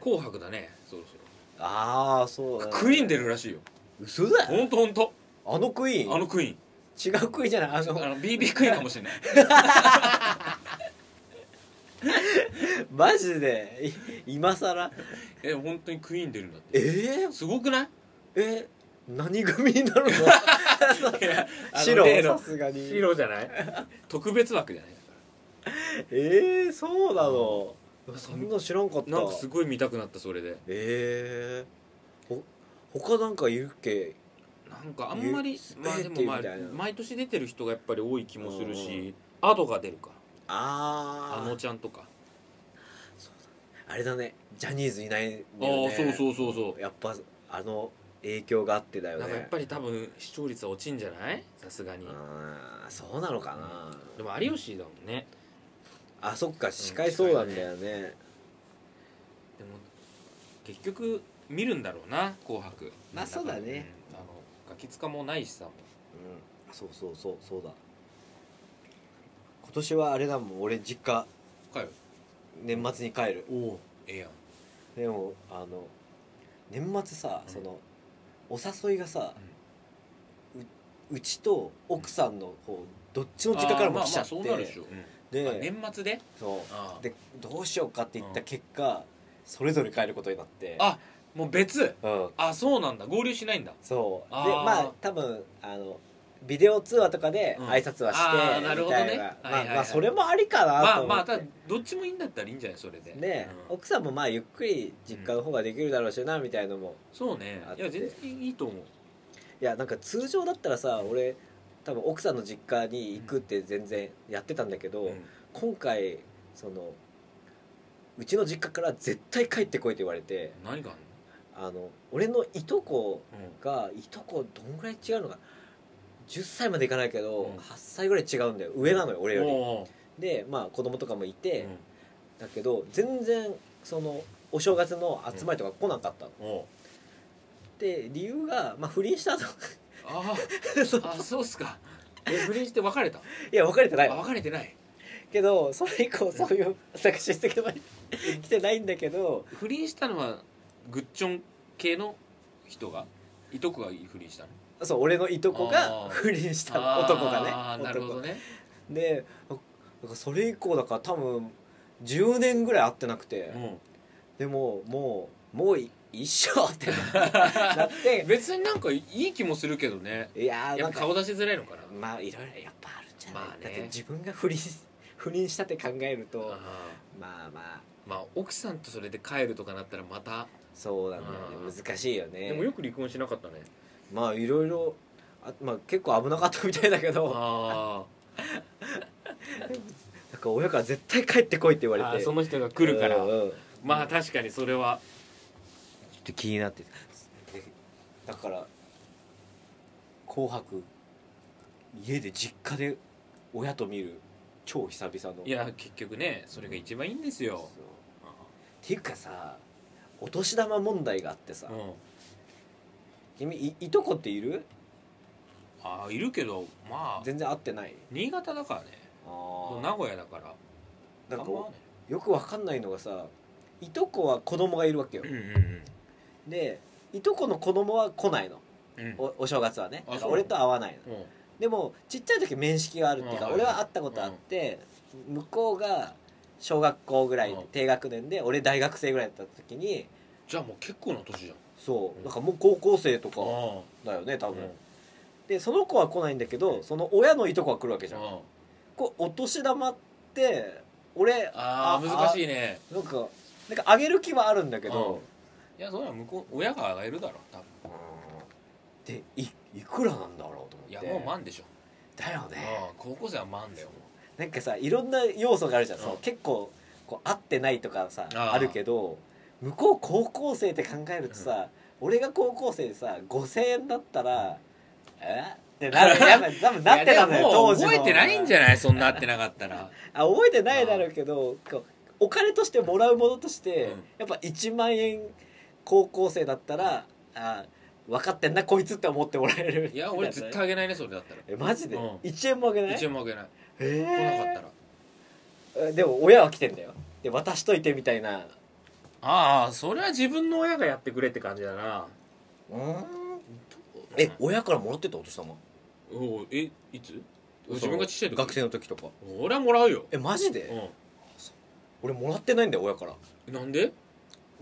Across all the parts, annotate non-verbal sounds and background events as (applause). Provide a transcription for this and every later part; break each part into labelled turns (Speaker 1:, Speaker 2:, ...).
Speaker 1: 紅白だねそろそ
Speaker 2: ああそうだ
Speaker 1: ろ
Speaker 2: ね
Speaker 1: クイーン出るらしいよ
Speaker 2: 嘘だよ
Speaker 1: ほんとほんと
Speaker 2: あのクイーン
Speaker 1: あのクイーン
Speaker 2: 違うクイーンじゃないあ
Speaker 1: あ
Speaker 2: の
Speaker 1: の BB クイーンかもしれない
Speaker 2: マジでい今さら
Speaker 1: え本当にクイーン出るんだって
Speaker 2: えー、
Speaker 1: すごくない
Speaker 2: え何組にな
Speaker 1: (laughs)
Speaker 2: るの白さすがに
Speaker 1: 白じゃない特別枠じゃない
Speaker 2: えー、そうなの、そんな知らんかった
Speaker 1: なんかすごい見たくなったそれで
Speaker 2: ええー、ほ他なんかいるっけ
Speaker 1: なんかあんまり
Speaker 2: ゆ
Speaker 1: まあでもまあ
Speaker 2: 出てるみたいな
Speaker 1: 毎年出てる人がやっぱり多い気もする
Speaker 2: うん
Speaker 1: しアドが出るかあ
Speaker 2: あ
Speaker 1: の
Speaker 2: あ
Speaker 1: ちゃんとか
Speaker 2: あれだねジャニーズいないん
Speaker 1: ああ
Speaker 2: だよ、
Speaker 1: ー
Speaker 2: ね、
Speaker 1: そうそうそうそう
Speaker 2: やっぱあの影響があってだよ
Speaker 1: なんかや
Speaker 2: ね
Speaker 1: っぱり多分視聴率は落ちんじゃないさすがに
Speaker 2: あーそうなのかな
Speaker 1: でも有吉だもんね
Speaker 2: あそっか司会そうなんだよね
Speaker 1: でも結局見るんだろうな「紅白」
Speaker 2: まあそうだね
Speaker 1: うんあのガキ使もないしさ
Speaker 2: うんそうそうそうそうだ今年はあれだもん俺実家
Speaker 1: 帰る
Speaker 2: 年末に帰る
Speaker 1: おおええやん
Speaker 2: でもあの年末さ、
Speaker 1: うん
Speaker 2: そのお誘いがさ、ううちと奥さんの方どっちの実家からも来ちゃって、
Speaker 1: あーまあまあそうなるでしょ、うんまあ
Speaker 2: で
Speaker 1: 年末で
Speaker 2: そう
Speaker 1: あー
Speaker 2: でどうしようかって言った
Speaker 1: うん
Speaker 2: 結果、それぞれ帰ることになって
Speaker 1: あもう別
Speaker 2: うん
Speaker 1: あそうなんだ合流しないんだ
Speaker 2: そうで
Speaker 1: あー
Speaker 2: まあ多分あのビデオ通話とかで
Speaker 1: うん
Speaker 2: 挨拶はして、
Speaker 1: あーなるほ
Speaker 2: み
Speaker 1: どね
Speaker 2: たいな、
Speaker 1: はいはいは
Speaker 2: まあ
Speaker 1: い
Speaker 2: まあそれもありかな
Speaker 1: ま
Speaker 2: と
Speaker 1: あ
Speaker 2: 思って、
Speaker 1: まあただどっちもいいんだったらいいんじゃないそれで
Speaker 2: ね、
Speaker 1: うん
Speaker 2: 奥さんもまあゆっくり実家の方ができるだろうしなみたいのも
Speaker 1: そうね
Speaker 2: あっ
Speaker 1: い
Speaker 2: て
Speaker 1: や全然いいと思う
Speaker 2: いやなんか通常だったらさ俺多分奥さんの実家に行くって全然やってたんだけど、
Speaker 1: うん
Speaker 2: 今回そのうちの実家から絶対帰ってこいって言われて
Speaker 1: 何があん
Speaker 2: あの俺のいとこ
Speaker 1: のうん
Speaker 2: がいとこどんぐらい違うのか10歳までいかないけど、
Speaker 1: うん
Speaker 2: 8歳ぐらい違うんだよ上なのよ俺より
Speaker 1: おー
Speaker 2: でまあ子供とかもいて、
Speaker 1: うん
Speaker 2: だけど全然そのお正月の集まりとか来なかったの、
Speaker 1: おー
Speaker 2: で理由が、まあ、不倫したと (laughs)
Speaker 1: あーあそうっすかえ不倫して別れた
Speaker 2: いや別れてない
Speaker 1: あ別れてない
Speaker 2: けどそれ以降そういうなんか出席とかに来てないんだけど
Speaker 1: 不倫したのはグッチョン系の人がいとこが不倫したの
Speaker 2: そう俺のいとこが
Speaker 1: あー
Speaker 2: 不倫したの (laughs) 男がね
Speaker 1: あーなるほどね
Speaker 2: 男でなんかそれ以降だから多分10年ぐらい会ってなくて、
Speaker 1: う
Speaker 2: でももうもうい一生ってななっ
Speaker 1: ん (laughs)
Speaker 2: て
Speaker 1: 別になんかいい気もするけどね
Speaker 2: いやー
Speaker 1: や
Speaker 2: な
Speaker 1: っ
Speaker 2: ん
Speaker 1: ぱ
Speaker 2: か
Speaker 1: 顔出しづらいのかな
Speaker 2: まあいろいろやっぱあるんじゃない、
Speaker 1: まあね
Speaker 2: だって自分が不倫不倫したって考えると
Speaker 1: あー
Speaker 2: まあまあ
Speaker 1: まあ奥さんとそれで帰るとかなったらまた
Speaker 2: そうなんだよ
Speaker 1: う
Speaker 2: ね
Speaker 1: ん
Speaker 2: 難しいよね
Speaker 1: でもよく離婚しなかったね
Speaker 2: まあいろいろあまあ結構危なかったみたいだけど
Speaker 1: あ
Speaker 2: なんか親から絶対帰ってこいって言わ
Speaker 1: ー
Speaker 2: れ
Speaker 1: あー
Speaker 2: て
Speaker 1: その人が来るから
Speaker 2: うんうんちょ
Speaker 1: まあ確かにそれは
Speaker 2: っと気になってでだから「紅白」家で実家で親と見る超久々の
Speaker 1: いや結局ねそれが一番いいんです
Speaker 2: そう
Speaker 1: よ
Speaker 2: っていうかさお年玉問題があってさ、
Speaker 1: うん
Speaker 2: 君いいとこっている
Speaker 1: ああいるけどまあ
Speaker 2: 全然会ってない
Speaker 1: 新潟だからね名
Speaker 2: あ
Speaker 1: 古屋だから
Speaker 2: あなんか
Speaker 1: あんまね
Speaker 2: よくわかんないのがさいとこは子供がいるわけよ、
Speaker 1: うんうん
Speaker 2: でいとこの子供は来ないの
Speaker 1: うんうん
Speaker 2: おお正月はね
Speaker 1: あ
Speaker 2: だか
Speaker 1: そ
Speaker 2: ら
Speaker 1: う
Speaker 2: 俺と会わないの
Speaker 1: うん
Speaker 2: でもちっちゃい時面識があるっていうか、
Speaker 1: うん
Speaker 2: 俺は会ったことあって、向こうが小学校ぐらい、
Speaker 1: うん
Speaker 2: 低学年で俺大学生ぐらいだった時に
Speaker 1: じゃあもう結構な年じゃん
Speaker 2: そううんなんかもう高校生とか
Speaker 1: あ
Speaker 2: だよね多
Speaker 1: あ
Speaker 2: 分、でその子は来ないんだけどその親のいとこは来るわけじゃん、こうお年玉って俺
Speaker 1: あー難しいね
Speaker 2: あなんかなんかあげる気はあるんだけど、
Speaker 1: いやそれは向こう親がいるだろ多分
Speaker 2: でいいくらなんだろうと思って
Speaker 1: いやもう万でしょ
Speaker 2: だよね
Speaker 1: ああ高校生は万だよ
Speaker 2: なんかさいろんな要素があるじゃん、
Speaker 1: うん
Speaker 2: そう結構こう会ってないとかさ
Speaker 1: あー
Speaker 2: あるけど向こう高校生って考えるとさ、俺が高校生でさ5,000円だったらえってなるやっぱ多分なってたんだよ
Speaker 1: いやでもも
Speaker 2: 当
Speaker 1: う
Speaker 2: 時の
Speaker 1: 覚えてないんじゃないそんな会ってなかったら
Speaker 2: あ覚えてないだろうけどこうお金としてもらうものとして、
Speaker 1: うん
Speaker 2: やっぱ1万円高校生だったら、あ分かってんなこいつって思ってもらえる
Speaker 1: いや俺絶対あげないねそれだったら
Speaker 2: えマジで、
Speaker 1: うん
Speaker 2: 一1円もあげない
Speaker 1: 一応もあげない
Speaker 2: え
Speaker 1: 来なかった
Speaker 2: からったでも親は来てんだよで渡しといてみたいな
Speaker 1: ああそれは自分の親がやってくれって感じだな
Speaker 2: うんえ親からもらってたお年玉
Speaker 1: おうえいつ自分がちっちゃい時
Speaker 2: 学生の時とか
Speaker 1: 俺はもらうよ、
Speaker 2: えマジで、
Speaker 1: う
Speaker 2: 俺もらってないんだよ親から
Speaker 1: ん、なんで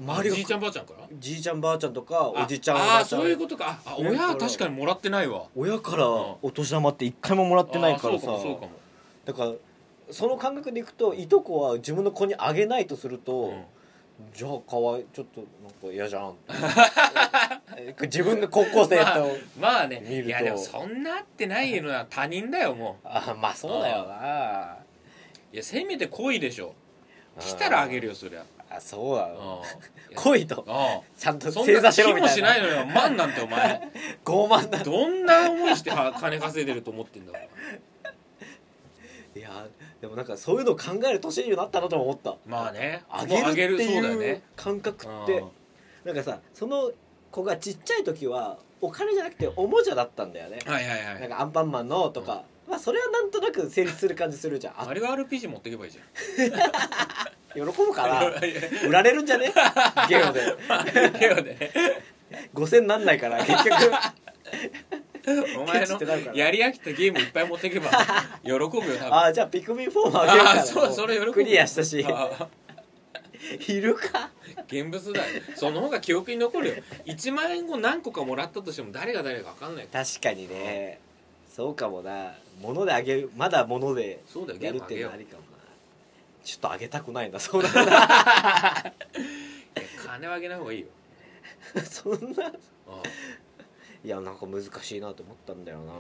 Speaker 2: 周りが
Speaker 1: じいちゃんばあちゃんから
Speaker 2: じいちゃんばあちゃんとかおじいちゃんお
Speaker 1: あ
Speaker 2: ば
Speaker 1: あー
Speaker 2: あちゃん
Speaker 1: そういうことかああ
Speaker 2: ね
Speaker 1: 親は確かにもらってないわ
Speaker 2: 親から
Speaker 1: うん
Speaker 2: お年玉って一回ももらってないから
Speaker 1: あー
Speaker 2: さ
Speaker 1: そうかもそうかも
Speaker 2: だからその感覚でいくといとこは自分の子にあげないとすると、
Speaker 1: うん
Speaker 2: じゃあかわいちょっとなんか嫌じゃん
Speaker 1: (laughs)
Speaker 2: え自分が高校生やったの
Speaker 1: まあ
Speaker 2: 見る
Speaker 1: ね
Speaker 2: と
Speaker 1: いやでもそんなあってないのは他人だよも
Speaker 2: あまあそうだよな
Speaker 1: ういやせめて恋でしょ来たらあげるよそりゃ
Speaker 2: あそうだ
Speaker 1: うん
Speaker 2: よ
Speaker 1: いや
Speaker 2: 恋と
Speaker 1: あ
Speaker 2: ちゃん (laughs) と
Speaker 1: あそ
Speaker 2: 正
Speaker 1: んな
Speaker 2: 座し
Speaker 1: 気
Speaker 2: ろみ
Speaker 1: も
Speaker 2: たい
Speaker 1: しな
Speaker 2: ない
Speaker 1: のよ万なんてお前
Speaker 2: 傲慢だ
Speaker 1: どんな思いしては金稼いでると思ってんだろ
Speaker 2: いやでもなんかそういうのを考える年になったなとも思った
Speaker 1: うまあね
Speaker 2: あ
Speaker 1: もうあ
Speaker 2: げるって
Speaker 1: そうだよ
Speaker 2: い
Speaker 1: ね
Speaker 2: う感覚
Speaker 1: う
Speaker 2: って
Speaker 1: ん
Speaker 2: なんかさその子がちっちゃい時はお金じゃなくておもちゃだったんだよね
Speaker 1: はいはいは
Speaker 2: なん
Speaker 1: い
Speaker 2: かアンパンマンのとか、まあそれはなんとなく成立する感じするじゃんあ
Speaker 1: あれは RPG 持ってけばいい
Speaker 2: (laughs)
Speaker 1: じゃん
Speaker 2: 喜ぶから
Speaker 1: いやい
Speaker 2: 売られるんじゃねゲームで
Speaker 1: やけどね
Speaker 2: 5000なんないから結局
Speaker 1: お前
Speaker 2: ケチってなるか
Speaker 1: の
Speaker 2: ら
Speaker 1: やり飽きたゲームいっぱい持ってけ
Speaker 2: (laughs)
Speaker 1: ば喜ぶよ多分
Speaker 2: ああじゃあピクミン4もあげるから
Speaker 1: あーそうそれ喜ぶ
Speaker 2: クリアしたし
Speaker 1: あ
Speaker 2: いるか
Speaker 1: 現物だよその方が記憶に残るよ1万円を何個かもらったとしても誰が誰か分かんないから
Speaker 2: 確かにねそうかもな物であげるまだ物で
Speaker 1: そうだよゲ
Speaker 2: や
Speaker 1: ー
Speaker 2: る
Speaker 1: ム
Speaker 2: っ
Speaker 1: あ
Speaker 2: て
Speaker 1: げ
Speaker 2: いう
Speaker 1: よ
Speaker 2: のあ
Speaker 1: う
Speaker 2: りかもなちょっとあげたくない
Speaker 1: (laughs)
Speaker 2: なそうなん
Speaker 1: い
Speaker 2: だ
Speaker 1: や金はあげない方がいいよ
Speaker 2: そんな
Speaker 1: ああ
Speaker 2: いやなんか難しいなと思ったんだよな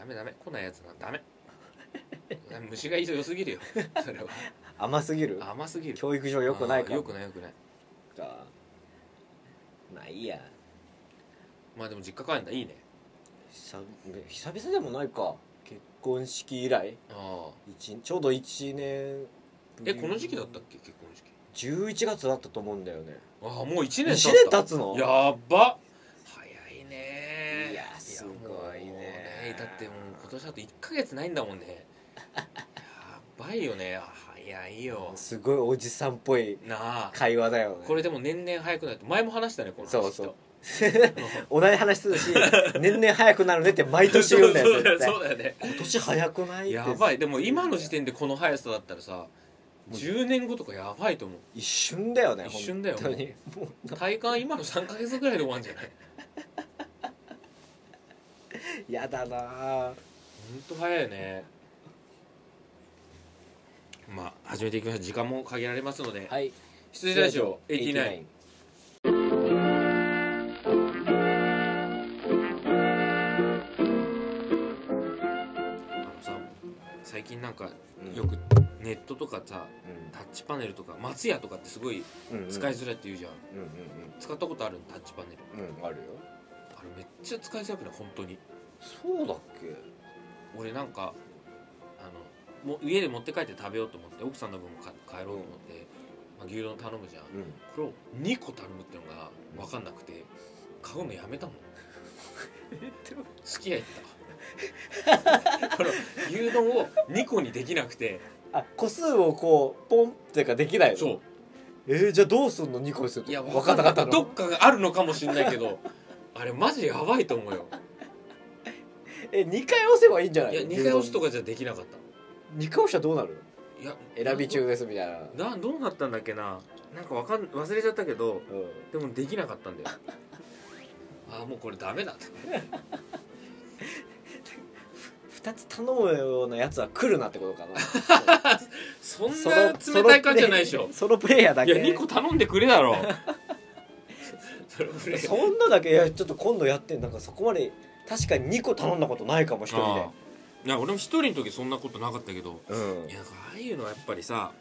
Speaker 1: ダメダメ来ないやつなんダメ虫が良すぎるよそれは
Speaker 2: 甘すぎる
Speaker 1: 甘すぎる
Speaker 2: 教育上良くないか
Speaker 1: よくないよくない
Speaker 2: かまあいいや
Speaker 1: まあでも実家帰んだいいね
Speaker 2: 久久々でもないか結婚式以来
Speaker 1: ああ
Speaker 2: 一ちょうど1年
Speaker 1: えこの時期だったっけ結婚式
Speaker 2: 11月だったと思うんだよね
Speaker 1: ああもう1年
Speaker 2: 1年経つの
Speaker 1: やっば早いね
Speaker 2: いやすごいね
Speaker 1: もうねだってもう今年あと1ヶ月ないんだもんねやばいよねあ早いよ
Speaker 2: すごいおじさんっぽい
Speaker 1: なあ
Speaker 2: 会話だよね
Speaker 1: これでも年々早くなるって前も話したねこの話
Speaker 2: そうそう同じ話するし年々早くなるねって毎
Speaker 1: と
Speaker 2: 年
Speaker 1: そ
Speaker 2: 言う
Speaker 1: うん
Speaker 2: だよ
Speaker 1: だよ
Speaker 2: 絶対
Speaker 1: そうだよね
Speaker 2: 今年早くないって
Speaker 1: やばいでも今の時点でこの速さだったらさ10年後とかやばいと思う
Speaker 2: 一瞬だよね
Speaker 1: 一瞬だよ
Speaker 2: 本当にもう
Speaker 1: 体感今の3ヶ月ぐらいで終わんじゃない
Speaker 2: やだなあ
Speaker 1: ほんと早いねまあ始めていきましょう時間も限られますので、
Speaker 2: はい
Speaker 1: 羊ラジオ89あのさ最近なんか
Speaker 2: うん
Speaker 1: よくネットとかさタッチパネルとか松屋とかってすごい
Speaker 2: うんうん
Speaker 1: 使いづらいって言うじゃん、
Speaker 2: うんうん
Speaker 1: 使ったことあるのタッチパネル
Speaker 2: うんうんあるよ
Speaker 1: あれめっちゃ使いづらくない本当に
Speaker 2: そうだっけ
Speaker 1: 俺なんかあのもう家で持って帰って食べようと思って奥さんの分もか帰ろうと思って、まあ、牛丼頼むじゃん
Speaker 2: うん
Speaker 1: これを2個頼むってのが分かんなくて買うのやめたもん好きや行ったこの牛丼を2個にできなくて
Speaker 2: あ個数をこうポンってかできないの
Speaker 1: そう
Speaker 2: えー、じゃあどうすんの2個にする
Speaker 1: いや
Speaker 2: と分かんなかったの
Speaker 1: どっかがあるのかもしんないけどあれマジやばいと思うよ
Speaker 2: え2回押せばいいんじゃない
Speaker 1: い
Speaker 2: の
Speaker 1: や2回押しとかじゃできなかっ
Speaker 2: 2回押したらどうなる
Speaker 1: たいや
Speaker 2: の選び中ですみたいな
Speaker 1: などうなったんだっけななんかわかん忘れちゃったけど
Speaker 2: うん
Speaker 1: でもできなかったんだよああもうこれダメだと
Speaker 2: 2つ頼むようなやつは来るなってことかな
Speaker 1: そん
Speaker 2: そ
Speaker 1: な冷
Speaker 2: の
Speaker 1: たい感じじゃないでしょ
Speaker 2: そのプレイヤーだ
Speaker 1: い
Speaker 2: け
Speaker 1: や2個頼んでくれだろそれ俺
Speaker 2: (laughs) そんなだけいやちょっと今度やってなんかそこまで確かに2個頼んだことないかも1人で
Speaker 1: ああいや俺も一人の時そんなことなかったけど
Speaker 2: うん
Speaker 1: いやああいうのはやっぱりさ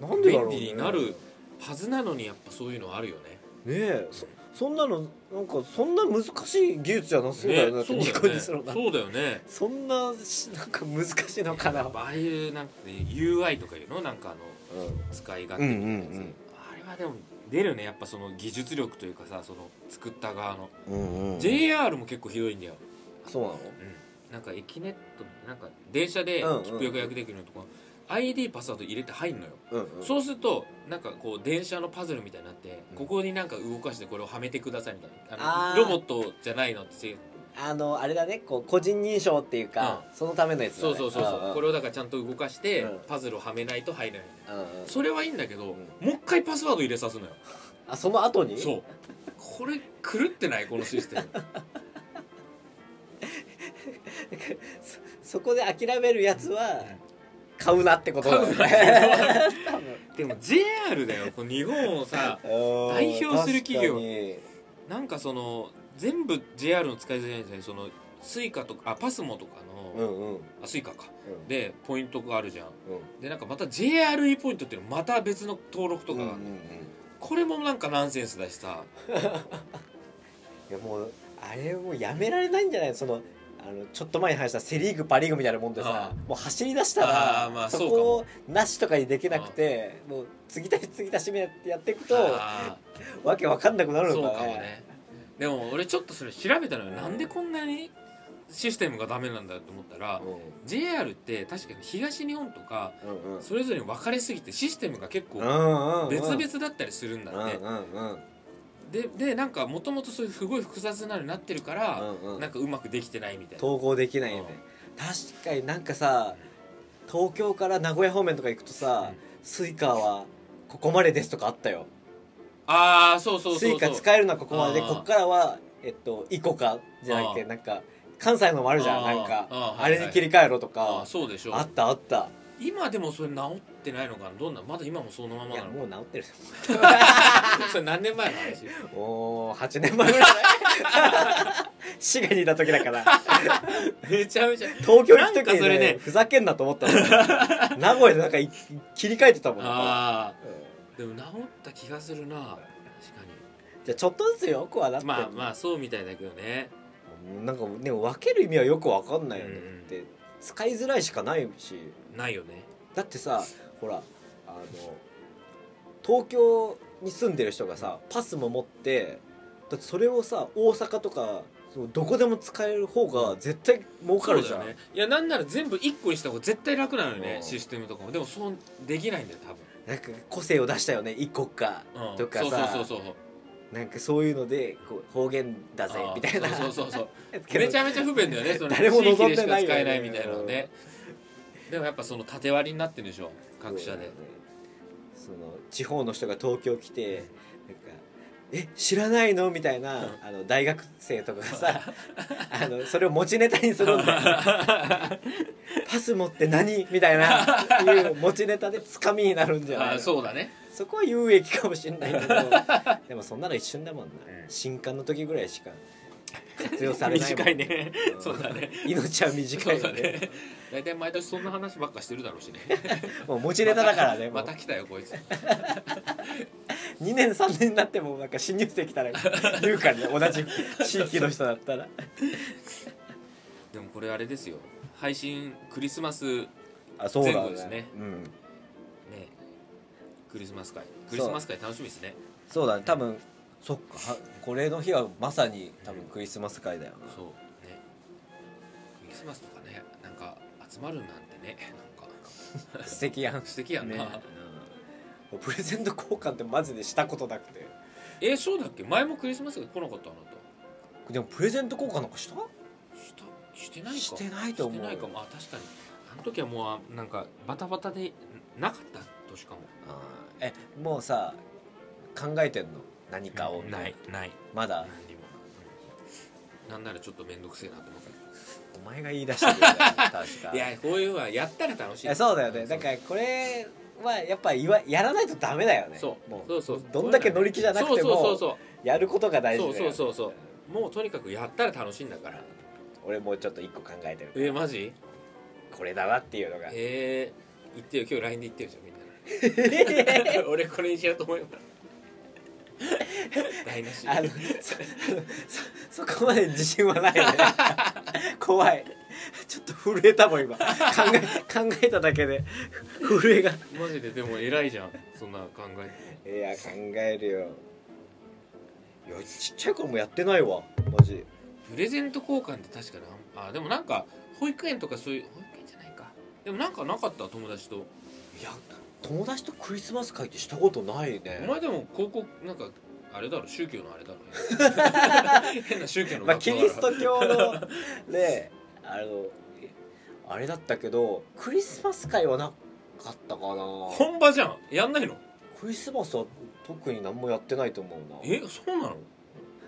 Speaker 2: なんでだろう、ね、
Speaker 1: 便利になるはずなのにやっぱそういうのあるよね
Speaker 2: ねえそそんなのなんかそんな難しい技術じゃなそうだよな、
Speaker 1: ね
Speaker 2: って
Speaker 1: そうだよね
Speaker 2: 2個にするの
Speaker 1: そうだよね
Speaker 2: そんなしなんか難しいのかな、
Speaker 1: やっぱああいうなんかね UI とかいうのなんかあの
Speaker 2: う
Speaker 1: 使い勝手みたいなやつ、
Speaker 2: うんうんうん
Speaker 1: あれはでも出るねやっぱその技術力というかさその作った側の、
Speaker 2: ん、うんうん
Speaker 1: JR も結構ひどいんだよ、
Speaker 2: そうなの
Speaker 1: うん、なんか駅ネットなんか電車で
Speaker 2: うんうん
Speaker 1: 切符予約できるのとか、 ID パスワード入れて入んのよ、
Speaker 2: うんうん
Speaker 1: そうするとなんかこう電車のパズルみたいになって、
Speaker 2: うん
Speaker 1: ここになんか動かしてこれをはめてくださいみたいな
Speaker 2: あ
Speaker 1: あ
Speaker 2: ー
Speaker 1: のロボットじゃないのってせ
Speaker 2: あのあれだねこう個人認証っていうか、そのためのやつだ、
Speaker 1: そ
Speaker 2: ね、
Speaker 1: うそうそうそう、これ
Speaker 2: れ
Speaker 1: をだからちゃんと動かして、
Speaker 2: うん
Speaker 1: パズルをはめないと入れない
Speaker 2: うんうん
Speaker 1: それはいいんだけど、
Speaker 2: ん
Speaker 1: もう一回パスワード入れさすのよ
Speaker 2: あその後に
Speaker 1: そうこれ狂ってないこのシス
Speaker 2: (laughs)
Speaker 1: テム
Speaker 2: そこで諦めるやつは買うなってことだよね多分
Speaker 1: でも JR だよこの日本を
Speaker 2: (laughs)
Speaker 1: さ
Speaker 2: 代
Speaker 1: 表する企業なんかその全部 JR の使いづらいんですねそのスイカとかあパスモとか
Speaker 2: う
Speaker 1: の、
Speaker 2: んうんうん
Speaker 1: あスイカかでポイントがあるじゃん
Speaker 2: うん
Speaker 1: でなんかまた JRE ポイントっていうのまた別の登録とかがあ
Speaker 2: うんう
Speaker 1: る、
Speaker 2: んうん
Speaker 1: これもなんかナンセンスだしさ
Speaker 2: いやもうあれもうやめられないんじゃないそのあのちょっと前に話したセ・リーグパ・リーグみたいなもんでさ
Speaker 1: あ
Speaker 2: もう走り出し
Speaker 1: あ
Speaker 2: た
Speaker 1: ー
Speaker 2: ら
Speaker 1: まあ
Speaker 2: そ
Speaker 1: そうか
Speaker 2: こ
Speaker 1: も
Speaker 2: をなしとかにできなくてもう次だし次だしやってやっていくと
Speaker 1: あ
Speaker 2: わけわかんなくな
Speaker 1: ー
Speaker 2: る
Speaker 1: そ
Speaker 2: の
Speaker 1: うか
Speaker 2: か
Speaker 1: も
Speaker 2: ね
Speaker 1: ねでも俺ちょっとそれ調べたのよ
Speaker 2: うん
Speaker 1: なんでこんなにシステムがダメなんだと思ったら JR って確かに東日本とか
Speaker 2: うんうんうん
Speaker 1: それぞれに分かれすぎてシステムが結構
Speaker 2: うんうん
Speaker 1: 別々だったりするんだ
Speaker 2: うん
Speaker 1: って
Speaker 2: うんうん
Speaker 1: ででなんかもともとそういうすごい複雑なのになってるから、
Speaker 2: うんうん
Speaker 1: なんかうまくできてないみたいな
Speaker 2: 統合できないよね確かになんかさ東京から名古屋方面とか行くと
Speaker 1: う
Speaker 2: さ、
Speaker 1: ん
Speaker 2: スイカはここまでですとかあったよ
Speaker 1: ああそうそうそうそう
Speaker 2: スイカ使えるのはここまでで
Speaker 1: あー
Speaker 2: こっからはえっとイコカじゃなくて
Speaker 1: あー
Speaker 2: なんか関西のもあるじゃん
Speaker 1: あー
Speaker 2: なんか
Speaker 1: あ
Speaker 2: あ
Speaker 1: ーはいはい
Speaker 2: れに切り替えろと
Speaker 1: あ
Speaker 2: か
Speaker 1: ーそうでしょ
Speaker 2: あったあった
Speaker 1: 今でもそれ治ってないのかなどんなまだ今もそのま
Speaker 2: い
Speaker 1: まな
Speaker 2: や
Speaker 1: の
Speaker 2: もう治ってる
Speaker 1: (laughs) それ何年前の
Speaker 2: (laughs)
Speaker 1: 話
Speaker 2: おー8年前ぐらい滋賀にいた時だから
Speaker 1: めちゃめちゃ
Speaker 2: 東京行く時
Speaker 1: なんか
Speaker 2: に
Speaker 1: それ
Speaker 2: ね
Speaker 1: ね
Speaker 2: ふざけんなと思ったの名古屋でなんかい切り替えてたもんなんか
Speaker 1: あ
Speaker 2: う
Speaker 1: あで
Speaker 2: ん
Speaker 1: も治った気がするな確か
Speaker 2: じゃあちょっとずつよくはな
Speaker 1: に
Speaker 2: って、
Speaker 1: まあまあそうみたいだけどね
Speaker 2: なんかね分ける意味はよく分かんないよね、
Speaker 1: うんうん
Speaker 2: で使いづらいしかないし
Speaker 1: ないよね
Speaker 2: だってさほらあの東京に住んでる人がさパスも持ってだってそれをさ大阪とかそのどこでも使える方が絶対儲かるじゃん、
Speaker 1: そうだよねいやなんなら全部1個にした方が絶対楽なのよね
Speaker 2: うん
Speaker 1: システムとかもでもそうできないんだよ多分
Speaker 2: なんか個性を出したよね一国か、
Speaker 1: うん
Speaker 2: とかさ
Speaker 1: そうそうそうそう
Speaker 2: なんかそういうのでこう方言だぜ
Speaker 1: あー
Speaker 2: みたいな
Speaker 1: そうそうそうそう
Speaker 2: (laughs) けど
Speaker 1: めちゃめちゃ不便だよねその
Speaker 2: 誰も望
Speaker 1: 地域
Speaker 2: んでないよね
Speaker 1: でしか使えないみたいなのねでもやっぱその縦割りになってるでしょ各社で
Speaker 2: そうだねその地方の人が東京来てなんか「え知らないの?」みたいな、あの大学生とか
Speaker 1: (laughs)
Speaker 2: がさあのそれを持ちネタにするんだよパス持って何みたいないう持ちネタでつかみになるんじゃな
Speaker 1: あー
Speaker 2: いそ
Speaker 1: そうだね
Speaker 2: そこは有益かもしれない
Speaker 1: (laughs)
Speaker 2: けどでもそんなの一瞬だもんな、
Speaker 1: うん
Speaker 2: 新刊の時ぐらいしか活用されないもん
Speaker 1: 短いね
Speaker 2: ん
Speaker 1: そうだね
Speaker 2: 命は短い
Speaker 1: そ
Speaker 2: よ
Speaker 1: う
Speaker 2: ね
Speaker 1: だね大体毎年そんな話ばっかしてるだろうしね
Speaker 2: もう持ちネタだからね
Speaker 1: また
Speaker 2: もう
Speaker 1: また来たよこいつ
Speaker 2: 2年3年になってもなんか新入生来たら言うからね同じ地域の人だったら
Speaker 1: でもこれあれですよ配信クリスマスね
Speaker 2: あそう
Speaker 1: 前後ですね
Speaker 2: うん、
Speaker 1: クリスマス会クリスマス会楽しみですね
Speaker 2: そうだね多分そっかはこれの日はまさに多分クリスマス会だよな
Speaker 1: そうねクリスマスとかねなんか集まるなんてねなんか
Speaker 2: 素敵やん
Speaker 1: 素敵やんな、
Speaker 2: うんプレゼント交換ってマジでしたことなくて
Speaker 1: えそうだっけ前もクリスマスが来なかったあなた
Speaker 2: でもプレゼント交換なんかした
Speaker 1: したしてないか
Speaker 2: してないと思う
Speaker 1: してないかもあ確かにあの時はもうなんかバタバタでなかったとしかも
Speaker 2: えもうさ考えてんの何かを
Speaker 1: ないない
Speaker 2: まだ
Speaker 1: 何にもなんならちょっと面倒くせえなと思った
Speaker 2: お前が言い出してるよね確か
Speaker 1: (laughs) いやこういうのはやったら楽しい
Speaker 2: えそうだよねだからこれはやっぱ言わやらないとダメだよね
Speaker 1: そう
Speaker 2: も
Speaker 1: そうそう
Speaker 2: どんだけ乗り気じゃなくても
Speaker 1: そうそう
Speaker 2: やることが大事だ
Speaker 1: そ
Speaker 2: よ
Speaker 1: うそうそうそうそうそうもうとにかくやったら楽しいんだから
Speaker 2: 俺もうちょっと一個考えてる
Speaker 1: えマジ
Speaker 2: これだなっていうのが
Speaker 1: えー、言ってよ今日 LINE で言ってるじゃんみんな
Speaker 2: (laughs)
Speaker 1: 俺これにしようと思います台無し (laughs)
Speaker 2: あのそそそこまで自信はないね怖いちょっと震えたもん今考え考えただけで震えが
Speaker 1: マジででも偉いじゃんそんな考え
Speaker 2: いや考えるよいやちっちゃい頃もやってないわマジ
Speaker 1: てプレゼント交換って確かにあんあでもなんか保育園とかそういう保育園じゃないかでもなんかなかった友達と
Speaker 2: いや友達とクリスマス会ってしたことない
Speaker 1: お
Speaker 2: ね
Speaker 1: 前でも高校なんかあれだろ宗教のあれだろ変な宗教の
Speaker 2: まあ、
Speaker 1: 学
Speaker 2: キ
Speaker 1: 校だろ
Speaker 2: リスト教
Speaker 1: (laughs)
Speaker 2: のねあのあれだったけどクリスマス会はなかったかな
Speaker 1: 本場じゃんやんないの
Speaker 2: クリスマスは特に何もやってないと思うな
Speaker 1: えそうなの、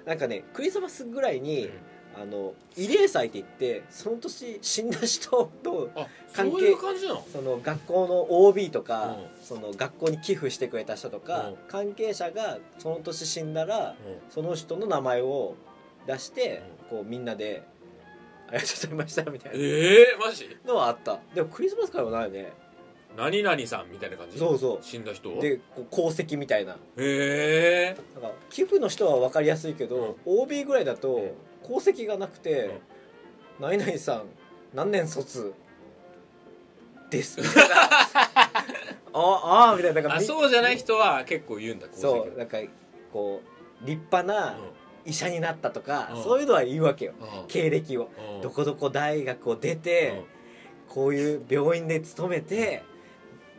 Speaker 2: なんかねクリスマスぐらいに、
Speaker 1: うん
Speaker 2: あの慰霊祭って言ってその年死んだ人と
Speaker 1: あそ
Speaker 2: 関係
Speaker 1: ういう感じなの
Speaker 2: その学校の OB とか、
Speaker 1: う
Speaker 2: その学校に寄付してくれた人とか、
Speaker 1: うん
Speaker 2: 関係者がその年死んだらその人の名前を出して、こうみんなで「ありがとうございました」みたいな
Speaker 1: ええマジ
Speaker 2: のはあったでもクリスマス会はないね
Speaker 1: 何々さんみたいな感じ
Speaker 2: そうそう
Speaker 1: 死んだ人
Speaker 2: でこう功績みたいな
Speaker 1: ええ
Speaker 2: なんか寄付の人は分かりやすいけど、OB ぐらいだと功績がなくて「何々さん何年卒
Speaker 1: (laughs)
Speaker 2: です」みたいな「ああ」みたいななんか
Speaker 1: あ
Speaker 2: み
Speaker 1: そうじゃない人は結構言うんだ功
Speaker 2: そ
Speaker 1: 績
Speaker 2: うなんかこう立派な医者になったとか、そういうのは言うわけよ
Speaker 1: うんうん
Speaker 2: 経歴を。
Speaker 1: うん
Speaker 2: どこどこ大学を出て、こういう病院で勤めて、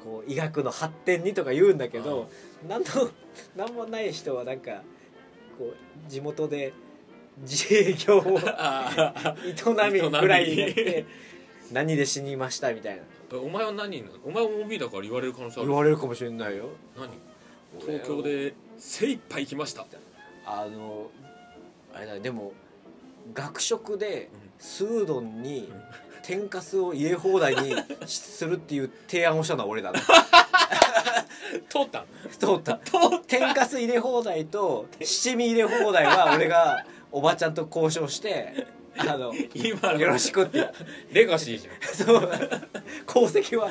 Speaker 2: こう医学の発展にとか言うんだけど、なんとなんもない人はなんかこう地元で自営業
Speaker 1: (laughs)
Speaker 2: を
Speaker 1: ああ
Speaker 2: 営みぐらいになって何で死にましたみたいな
Speaker 1: お前は何なのお前も OB だから言われる可能性あ
Speaker 2: 言
Speaker 1: る
Speaker 2: われるかもしれないよ
Speaker 1: 何東京で精一杯行きました
Speaker 2: あのあれだでも学食で
Speaker 1: うん
Speaker 2: スードンに
Speaker 1: ん
Speaker 2: 天かすを入れ放題にするっていう提案をしたのは俺だな
Speaker 1: 通ったん
Speaker 2: 通った天かす入れ放題と七味入れ放題は俺がおばちゃんと交渉してあの
Speaker 1: 今の
Speaker 2: よろしくって
Speaker 1: レガシーじゃん
Speaker 2: そう功績は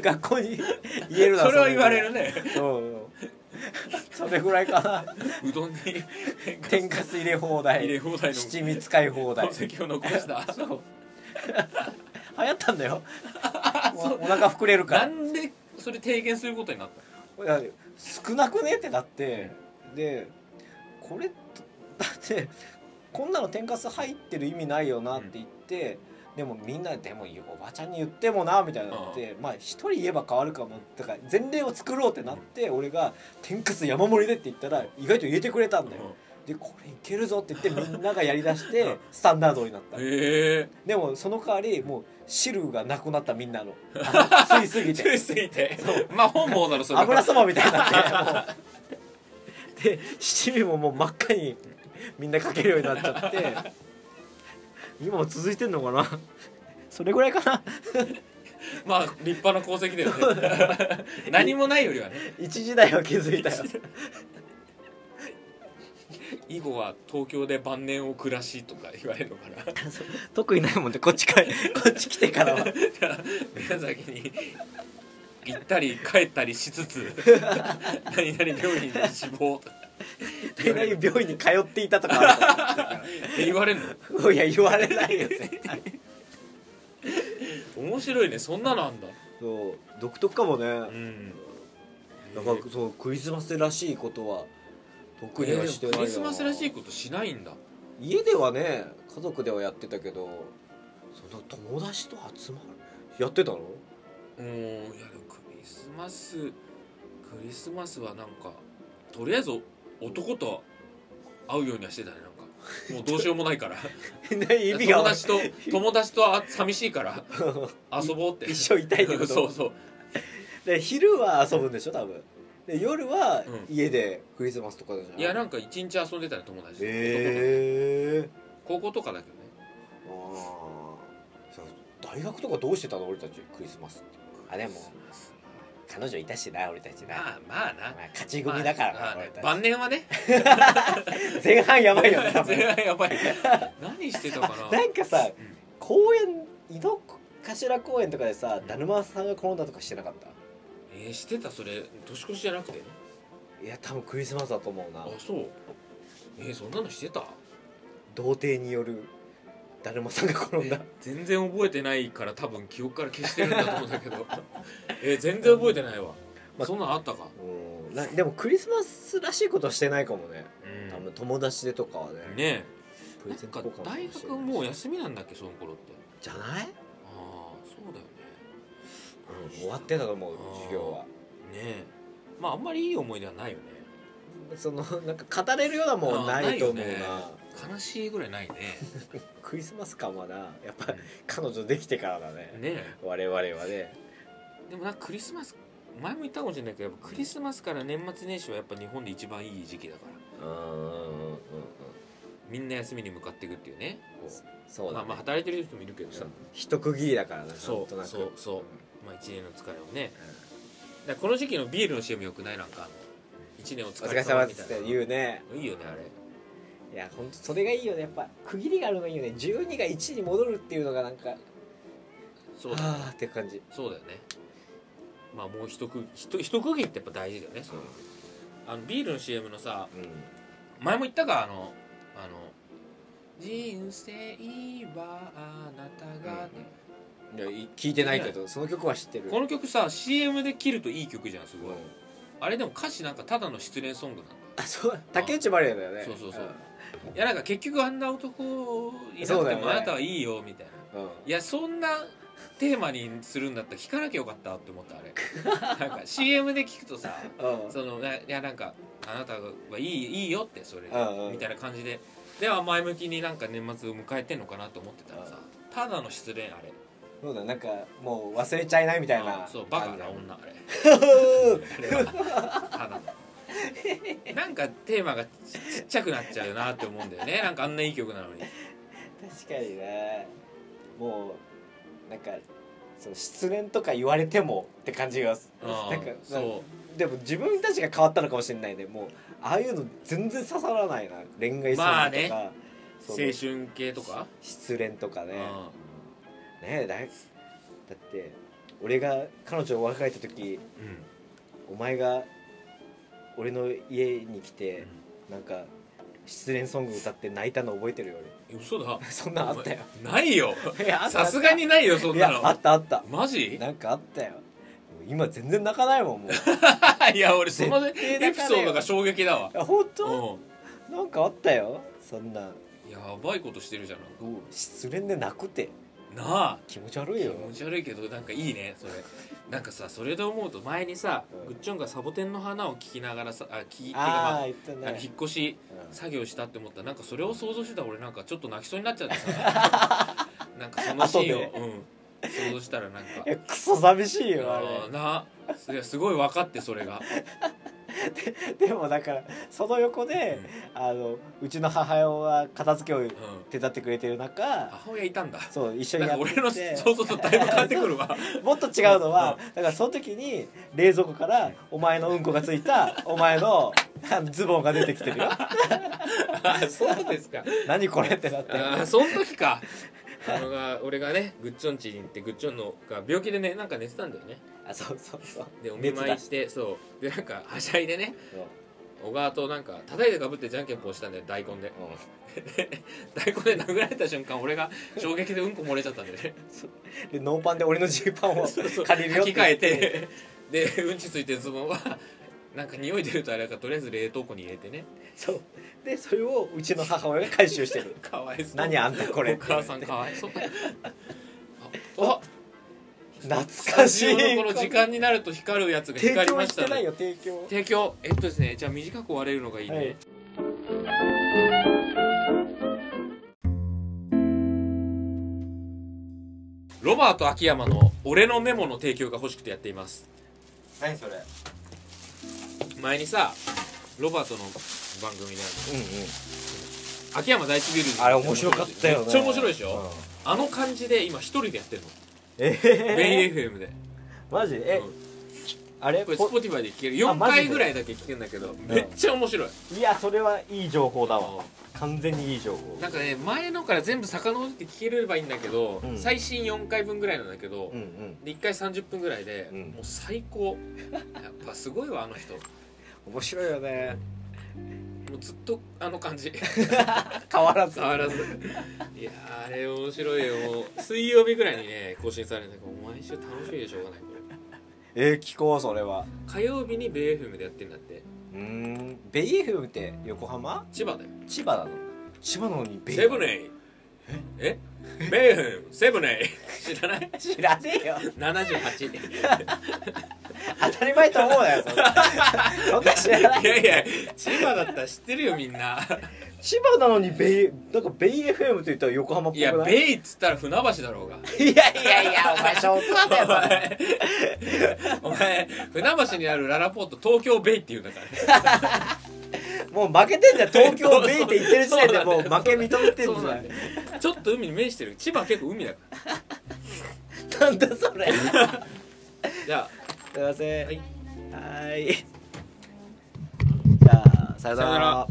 Speaker 2: 学校に言えるな
Speaker 1: それは言われ
Speaker 2: る
Speaker 1: るね
Speaker 2: うんそれぐらいかな
Speaker 1: うどんに
Speaker 2: 天かす入れ放題
Speaker 1: 入れ放題の
Speaker 2: 七味使い放題
Speaker 1: 功績を残した
Speaker 2: (laughs) そう流行ったん
Speaker 1: (laughs)
Speaker 2: だよおお腹膨れるか
Speaker 1: な
Speaker 2: ら
Speaker 1: んでそれ提言することになっ
Speaker 2: いや少なくねってなってでこれだってこんなの天かす入ってる意味ないよなって言って、でもみんなでもおばちゃんに言ってもなみたいになって、まあ一人言えば変わるかもだから前例を作ろうってなって、俺が「天かす山盛りで」って言ったら意外と言えてくれた
Speaker 1: た
Speaker 2: ん
Speaker 1: の
Speaker 2: だよ、でこれいけるぞって (laughs) 言ってみんながやりだしてスタンダードになった (laughs)
Speaker 1: へえ
Speaker 2: でもその代わりもう汁がなくなったみんなの (laughs) あの吸いすぎ
Speaker 1: つい
Speaker 2: て
Speaker 1: すぎてまあ本望ならそれ
Speaker 2: 油そばみたいになってもうで七味ももう真っ赤にみんなかけるようになっちゃって今も続いてんのかなそれぐらいかな
Speaker 1: まあ立派な功績だよ
Speaker 2: (laughs)
Speaker 1: ね何もないよりはね
Speaker 2: 一時代は気づいたよ
Speaker 1: 以後は東京で晩年を暮らしとか言われるのかな
Speaker 2: 特にないもんでこっちかこっち来てからは
Speaker 1: 宮崎に行ったり帰ったりしつつ何々病院で死亡とか
Speaker 2: 大概病院に通っていたとかあるか
Speaker 1: え言われるの
Speaker 2: らいや言われないよ絶対
Speaker 1: 面白いねそんなのあんだ
Speaker 2: そう独特かもね、
Speaker 1: うん
Speaker 2: だからそうクリスマスらしいことは特に
Speaker 1: え
Speaker 2: は
Speaker 1: ー
Speaker 2: して
Speaker 1: でも
Speaker 2: ないな、
Speaker 1: クリスマスらしいことしないんだ
Speaker 2: 家ではね家族ではやってたけどその友達と集まるやって (laughs) たの
Speaker 1: うんいやでもクリスマスクリスマスはなんかとりあえず男と会うようにはしてたねなんかもうどうしようもない
Speaker 2: (laughs)
Speaker 1: から
Speaker 2: 意味が
Speaker 1: 友
Speaker 2: 分かんない
Speaker 1: 達と友達とは寂しいから
Speaker 2: (laughs)
Speaker 1: 遊ぼうって
Speaker 2: 一緒いたいってこと
Speaker 1: そうそう
Speaker 2: で昼は遊ぶんでしょ多分で夜は
Speaker 1: う
Speaker 2: 家でクリスマスとかじゃない
Speaker 1: いやなんか一日遊んでたね友達と
Speaker 2: ええ
Speaker 1: 高校とかだけどね
Speaker 2: ー、あーそう大学とかどうしてたの俺たちクリスマスってあでも
Speaker 1: クリスマス
Speaker 2: 彼女いたしな俺たち
Speaker 1: まあまあな
Speaker 2: あ、勝ち組だからな、
Speaker 1: まあまあ
Speaker 2: 俺
Speaker 1: ね
Speaker 2: たち
Speaker 1: 晩年はね
Speaker 2: 前半 (laughs) やばいよね多分
Speaker 1: (laughs) やばい何してたかな
Speaker 2: なんかさ
Speaker 1: ん
Speaker 2: 公園井の頭公園とかでさだるまさんが転んだとかしてなかった
Speaker 1: えーしてたそれ年越しじゃなくて
Speaker 2: いや多分クリスマスだと思うな
Speaker 1: あそうえーそんなのしてた
Speaker 2: 童貞によるだるまさんが転んだ
Speaker 1: 全然覚えてないから多分記憶から消してるんだと思うんだけ
Speaker 2: (laughs)
Speaker 1: どえー全然覚えてないわ、
Speaker 2: まあ
Speaker 1: そんなのあったか
Speaker 2: うんなでもクリスマスらしいことはしてないかもね
Speaker 1: うん
Speaker 2: 多分友達でとかはね
Speaker 1: ねえ
Speaker 2: プレ
Speaker 1: なん
Speaker 2: ゼント
Speaker 1: か
Speaker 2: 交換
Speaker 1: 大
Speaker 2: し
Speaker 1: 学
Speaker 2: てる
Speaker 1: もう休みなんだっけその頃って
Speaker 2: じゃない
Speaker 1: ああそうだよね
Speaker 2: うん終わってたと思う授業は
Speaker 1: えまああんまりいい思い出はないよね
Speaker 2: そのなんか語れるようなもん
Speaker 1: あー
Speaker 2: ないと思うな
Speaker 1: ないよね悲しいぐらいない
Speaker 2: (laughs)
Speaker 1: ね
Speaker 2: クリスマス感はなやっぱ
Speaker 1: ね
Speaker 2: 彼女できてからだね
Speaker 1: え
Speaker 2: 我々はね
Speaker 1: でもなんかクリスマス前も言ったかもしれないけどやっぱクリスマスから年末年始はやっぱ日本で一番いい時期だから
Speaker 2: うんうんうんうん
Speaker 1: みんな休みに向かっていくっていうねこう
Speaker 2: そう
Speaker 1: ま
Speaker 2: だ、
Speaker 1: あ
Speaker 2: ね
Speaker 1: まあ働いてる人もいるけどさ、
Speaker 2: 一区切りだからなな
Speaker 1: そ
Speaker 2: んとな
Speaker 1: う
Speaker 2: く
Speaker 1: そうそうまあ一年の疲れをねだからこの時期のビールの CM よくないなんかあの一年お
Speaker 2: お
Speaker 1: 疲
Speaker 2: 疲
Speaker 1: れ
Speaker 2: れ様
Speaker 1: 様
Speaker 2: っ
Speaker 1: み
Speaker 2: つ
Speaker 1: た
Speaker 2: っ
Speaker 1: いな
Speaker 2: て言うね
Speaker 1: いいよねあれ
Speaker 2: いや本当それがいいよねやっぱ区切りがあるのがいいよね12が1に戻るっていうのがなんか
Speaker 1: そうだ
Speaker 2: ああって感じ
Speaker 1: そうだよねまあもう一区一一区切りってやっぱ大事だよねそうあのビールの CM のさ
Speaker 2: う
Speaker 1: 前も言ったかあのあの人生はあなたが、
Speaker 2: んいやい聞いてないけどその曲は知ってる
Speaker 1: この曲さ CM で切るといい曲じゃんすごい、
Speaker 2: うん
Speaker 1: あれでも歌詞なんかただの失恋ソングなんだよ
Speaker 2: あそう竹内まりやだよね
Speaker 1: そうそうそういやなんか結局あんな男いな
Speaker 2: そう
Speaker 1: くて
Speaker 2: だよね
Speaker 1: もあなたはいいよみたいな、
Speaker 2: うん、うん
Speaker 1: いやそんなテーマにするんだったら聞かなきゃよかったって思ったあれなんか CM で聞くとさ
Speaker 2: うん
Speaker 1: そのないやなんかあなたはいいいいよってそれ
Speaker 2: うんうん
Speaker 1: みたいな感じででは前向きになんか年末を迎えてんのかなと思ってたらさただの失恋あれ
Speaker 2: そうだなんかもう忘れちゃいないみたいな
Speaker 1: そうバカな
Speaker 2: 感
Speaker 1: 女あれ
Speaker 2: じ (laughs)
Speaker 1: あれはただのなんかテーマがちちっちゃくなっちゃうなって思うんだよねなんかあんないい曲なのに
Speaker 2: 確かにねもうなんかその失恋とか言われてもって感じが
Speaker 1: あ
Speaker 2: なんか
Speaker 1: ーそう
Speaker 2: でも自分たちが変わったのかもしれないねもうああいうの全然刺さらないな恋愛ソングとか、
Speaker 1: まあね
Speaker 2: そ
Speaker 1: 青
Speaker 2: の
Speaker 1: 春系とか
Speaker 2: 失恋とかね
Speaker 1: あ
Speaker 2: ねえだいだって俺が彼女を別れた時
Speaker 1: うん
Speaker 2: お前が俺の家に来て、なんか失恋ソング歌って泣いたの覚えてるよ
Speaker 1: うん嘘だ
Speaker 2: 俺 (laughs) そんなんあったよ
Speaker 1: お前ないよ
Speaker 2: いやあった
Speaker 1: さすがにないよそん
Speaker 2: い
Speaker 1: な
Speaker 2: やあっ
Speaker 1: の
Speaker 2: たあった
Speaker 1: マジ
Speaker 2: なんかあったよもう今全然泣かないもんもう
Speaker 1: (laughs) いや俺そのエ
Speaker 2: 絶対泣かねえよ
Speaker 1: ピソードが衝撃だわ
Speaker 2: あ本当
Speaker 1: う
Speaker 2: なんかあったよそんなん
Speaker 1: んやばいことしてるじゃんなんか
Speaker 2: 失恋で泣くって
Speaker 1: なあ
Speaker 2: 気持ち悪い
Speaker 1: 気
Speaker 2: よ
Speaker 1: 持ち悪いけどなんかいいねそれなんかさそれで思うと前にさ
Speaker 2: うん
Speaker 1: グッチョンがサボテンの花を聞きながらさあ聞いてか
Speaker 2: ああ
Speaker 1: ま
Speaker 2: 言った
Speaker 1: ああの
Speaker 2: ね
Speaker 1: 引っ越し
Speaker 2: うん
Speaker 1: 作業したって思ったらなんかそれを想像してたら俺なんかちょっと泣きそうになっちゃって
Speaker 2: (laughs)
Speaker 1: さなんかそのシーンを、うん、想像したらなんか
Speaker 2: いやクソ寂しいよあ
Speaker 1: あーないやすごい分かってそれが、
Speaker 2: れでもだからその横
Speaker 1: うん
Speaker 2: で、あのうちの母親は片付けを
Speaker 1: うん
Speaker 2: 手伝ってくれてる中
Speaker 1: 母親いたんだ
Speaker 2: そう一緒
Speaker 1: なんか
Speaker 2: にやって
Speaker 1: 俺の
Speaker 2: て
Speaker 1: 想像とだいぶ変わってくるわ
Speaker 2: もっと違うのはだからその時に冷蔵庫からお前のうんこがついたお前のあのズボンが出てきてるよ
Speaker 1: あそうですか
Speaker 2: 何これってなって
Speaker 1: あーその時かあのが俺がねグッチョン家に行ってグッチョンのが病気でねなんか寝てたんだよね
Speaker 2: あそうそうそう
Speaker 1: でお見舞い
Speaker 2: 熱
Speaker 1: してそうでなんかはしゃいでね
Speaker 2: 出そう
Speaker 1: 小川となんか叩いてかぶってじゃんけんぽんしたんだよ大根で (laughs) 大根で殴られた瞬間俺が衝撃でうんこ漏れちゃったんだよね
Speaker 2: でノーパンで俺のジーパンを
Speaker 1: (laughs) そうそう
Speaker 2: 借りるよ
Speaker 1: 履き替えてでうんちついてるズボンはなんか匂い出るとあれだからとりあえず冷凍庫に入れてね
Speaker 2: そうでそれをうちの母親が回収してる
Speaker 1: かわいそう
Speaker 2: 何あんたこれ
Speaker 1: お母さんかわいそうあ
Speaker 2: 懐
Speaker 1: ス
Speaker 2: か
Speaker 1: タジ
Speaker 2: し
Speaker 1: オ
Speaker 2: い
Speaker 1: のこの時間になると光るやつが
Speaker 2: 提
Speaker 1: 光り
Speaker 2: 供は
Speaker 1: まし
Speaker 2: したてない
Speaker 1: ね
Speaker 2: よ提供
Speaker 1: 提供えっとですねじゃあ短く終われるのがいいね、
Speaker 2: はい
Speaker 1: ロバート秋山の「俺のメモ」の提供が欲しくてやっています
Speaker 2: 何それうん
Speaker 1: 前にさロバートの番組であ
Speaker 2: うん
Speaker 1: の秋山第一ビルディング
Speaker 2: あれ面白かったよね
Speaker 1: めっちゃ面白いでしょ、、あの感じで今一人でやってるの
Speaker 2: うんえ
Speaker 1: ベイ FM で、
Speaker 2: ー、マジえ、
Speaker 1: うん
Speaker 2: あれ
Speaker 1: これ
Speaker 2: ほ
Speaker 1: Spotify で聴ける
Speaker 2: あ
Speaker 1: 4
Speaker 2: マジで
Speaker 1: 回ぐらいだけ聴けるんだけどめっちゃ面白い、
Speaker 2: いやそれはいい情報だ
Speaker 1: あ
Speaker 2: わ
Speaker 1: の
Speaker 2: 完全にいい情報
Speaker 1: なんかね前のから全部遡って聴ければいいんだけど、
Speaker 2: うん
Speaker 1: 最新4回分ぐらいなんだけど、
Speaker 2: うんうん
Speaker 1: で1回30分ぐらいで、
Speaker 2: うん
Speaker 1: もう最
Speaker 2: (laughs)
Speaker 1: 高やっぱすごいわあの人も
Speaker 2: 面白いよね
Speaker 1: うずっとあの
Speaker 2: (laughs)
Speaker 1: 感じ
Speaker 2: 変わらず
Speaker 1: 変わらずいやーあれ面白いよもう水曜日ぐらいにね更新されるんだけど毎週楽しみでしょうがないこれ
Speaker 2: えー、聞こうそれは
Speaker 1: 火曜日にベイ FM でやってんだって
Speaker 2: うーんベイ FM って横浜
Speaker 1: 千葉だよ
Speaker 2: 千葉なの千葉なのにベイ
Speaker 1: セブネイえ米軍セブネイ知らない
Speaker 2: 知らねえよ
Speaker 1: ?78
Speaker 2: 当たり前と思うなよそ
Speaker 1: (laughs)
Speaker 2: んなそんな知らない
Speaker 1: いやいや千葉だったら知ってるよみん (laughs) な
Speaker 2: 千葉なのにベイなんかベイ FM って言ったら横浜っぽ
Speaker 1: い
Speaker 2: くない
Speaker 1: やベイっつったら船橋だろうが
Speaker 2: いやいやいやお前少数派だよそれ
Speaker 1: お前船橋にあるララポート東京ベイって言うんだから
Speaker 2: もう負けてんじゃん東京ベイって言ってる時点でもう負け認めてん
Speaker 1: そう
Speaker 2: じ
Speaker 1: な
Speaker 2: ゃん
Speaker 1: んだよちょっと海に面してる千葉結構海だか
Speaker 2: なんだそ
Speaker 1: (laughs)
Speaker 2: れ
Speaker 1: らじゃ
Speaker 2: すいません
Speaker 1: あはい
Speaker 2: はーいじゃあさよな
Speaker 1: さよな
Speaker 2: ら
Speaker 1: ら